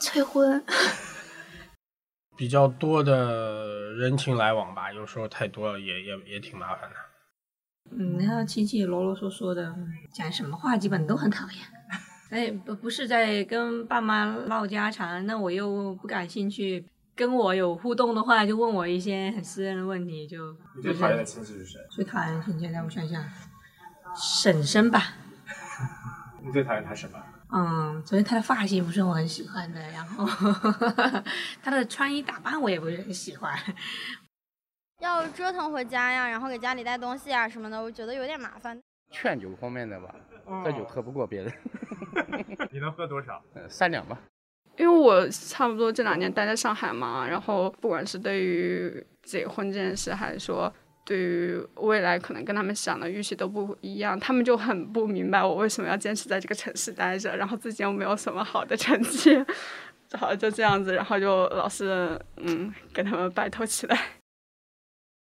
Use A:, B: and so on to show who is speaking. A: 催婚。
B: 比较多的人情来往吧，有时候太多了也也也挺麻烦的。
C: 嗯，你看亲戚啰啰嗦嗦的，讲什么话基本都很讨 厌。哎，不不是在跟爸妈唠家常，那我又不感兴趣。跟我有互动的话，就问我一些很私人的问题，就
D: 你最讨厌的亲戚是谁？
C: 最讨厌的亲戚，让我想想，婶婶吧。
D: 你最讨厌他什么？
C: 嗯，首先她的发型不是我很喜欢的，然后 她的穿衣打扮我也不是很喜欢。
E: 要折腾回家呀，然后给家里带东西啊什么的，我觉得有点麻烦。
F: 劝酒方面的吧，这酒喝不过别人，
D: 哦 你能喝多少？
F: 呃三两吧。
G: 因为我差不多这两年待在上海嘛，然后不管是对于结婚这件事，还是说对于未来可能跟他们想的预期都不一样，他们就很不明白我为什么要坚持在这个城市待着，然后自己又没有什么好的成 绩，好就这样子，然后就老是嗯跟他们白头起来。